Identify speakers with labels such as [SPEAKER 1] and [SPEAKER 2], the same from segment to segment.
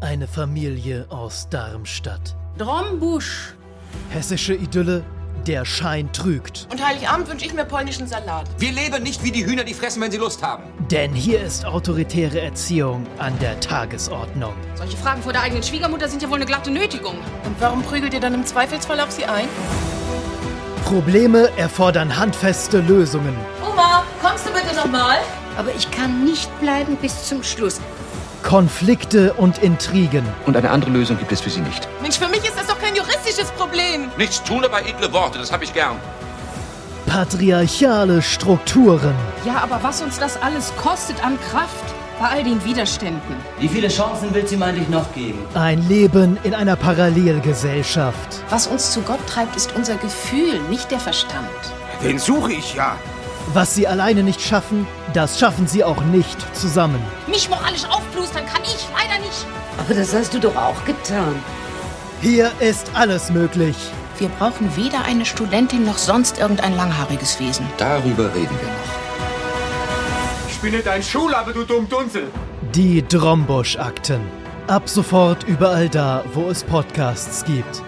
[SPEAKER 1] Eine Familie aus Darmstadt.
[SPEAKER 2] Drombusch.
[SPEAKER 1] Hessische Idylle, der Schein trügt.
[SPEAKER 2] Und Heiligabend wünsche ich mir polnischen Salat.
[SPEAKER 3] Wir leben nicht wie die Hühner, die fressen, wenn sie Lust haben.
[SPEAKER 1] Denn hier ist autoritäre Erziehung an der Tagesordnung.
[SPEAKER 4] Solche Fragen vor der eigenen Schwiegermutter sind ja wohl eine glatte Nötigung.
[SPEAKER 2] Und warum prügelt ihr dann im Zweifelsfall auf sie ein?
[SPEAKER 1] Probleme erfordern handfeste Lösungen.
[SPEAKER 5] Oma, kommst du bitte nochmal?
[SPEAKER 6] Aber ich kann nicht bleiben bis zum Schluss.
[SPEAKER 1] Konflikte und Intrigen.
[SPEAKER 3] Und eine andere Lösung gibt es für Sie nicht.
[SPEAKER 2] Mensch, für mich ist das doch kein juristisches Problem.
[SPEAKER 3] Nichts tun, aber edle Worte, das habe ich gern.
[SPEAKER 1] Patriarchale Strukturen.
[SPEAKER 4] Ja, aber was uns das alles kostet an Kraft bei all den Widerständen.
[SPEAKER 7] Wie viele Chancen willst du ihm eigentlich noch geben?
[SPEAKER 1] Ein Leben in einer Parallelgesellschaft.
[SPEAKER 4] Was uns zu Gott treibt, ist unser Gefühl, nicht der Verstand.
[SPEAKER 8] Den suche ich ja.
[SPEAKER 1] Was sie alleine nicht schaffen, das schaffen sie auch nicht zusammen.
[SPEAKER 4] Mich moralisch aufplustern kann ich leider nicht.
[SPEAKER 6] Aber das hast du doch auch getan.
[SPEAKER 1] Hier ist alles möglich.
[SPEAKER 4] Wir brauchen weder eine Studentin noch sonst irgendein langhaariges Wesen.
[SPEAKER 3] Darüber reden wir noch.
[SPEAKER 8] Ich bin nicht ein Schulabe, du dumm Dunzel.
[SPEAKER 1] Die Drombusch-Akten. Ab sofort überall da, wo es Podcasts gibt.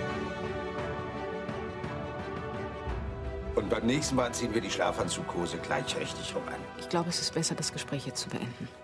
[SPEAKER 8] Und beim nächsten Mal ziehen wir die Schlafanzughose gleich richtig rum an.
[SPEAKER 4] Ich glaube, es ist besser, das Gespräch jetzt zu beenden.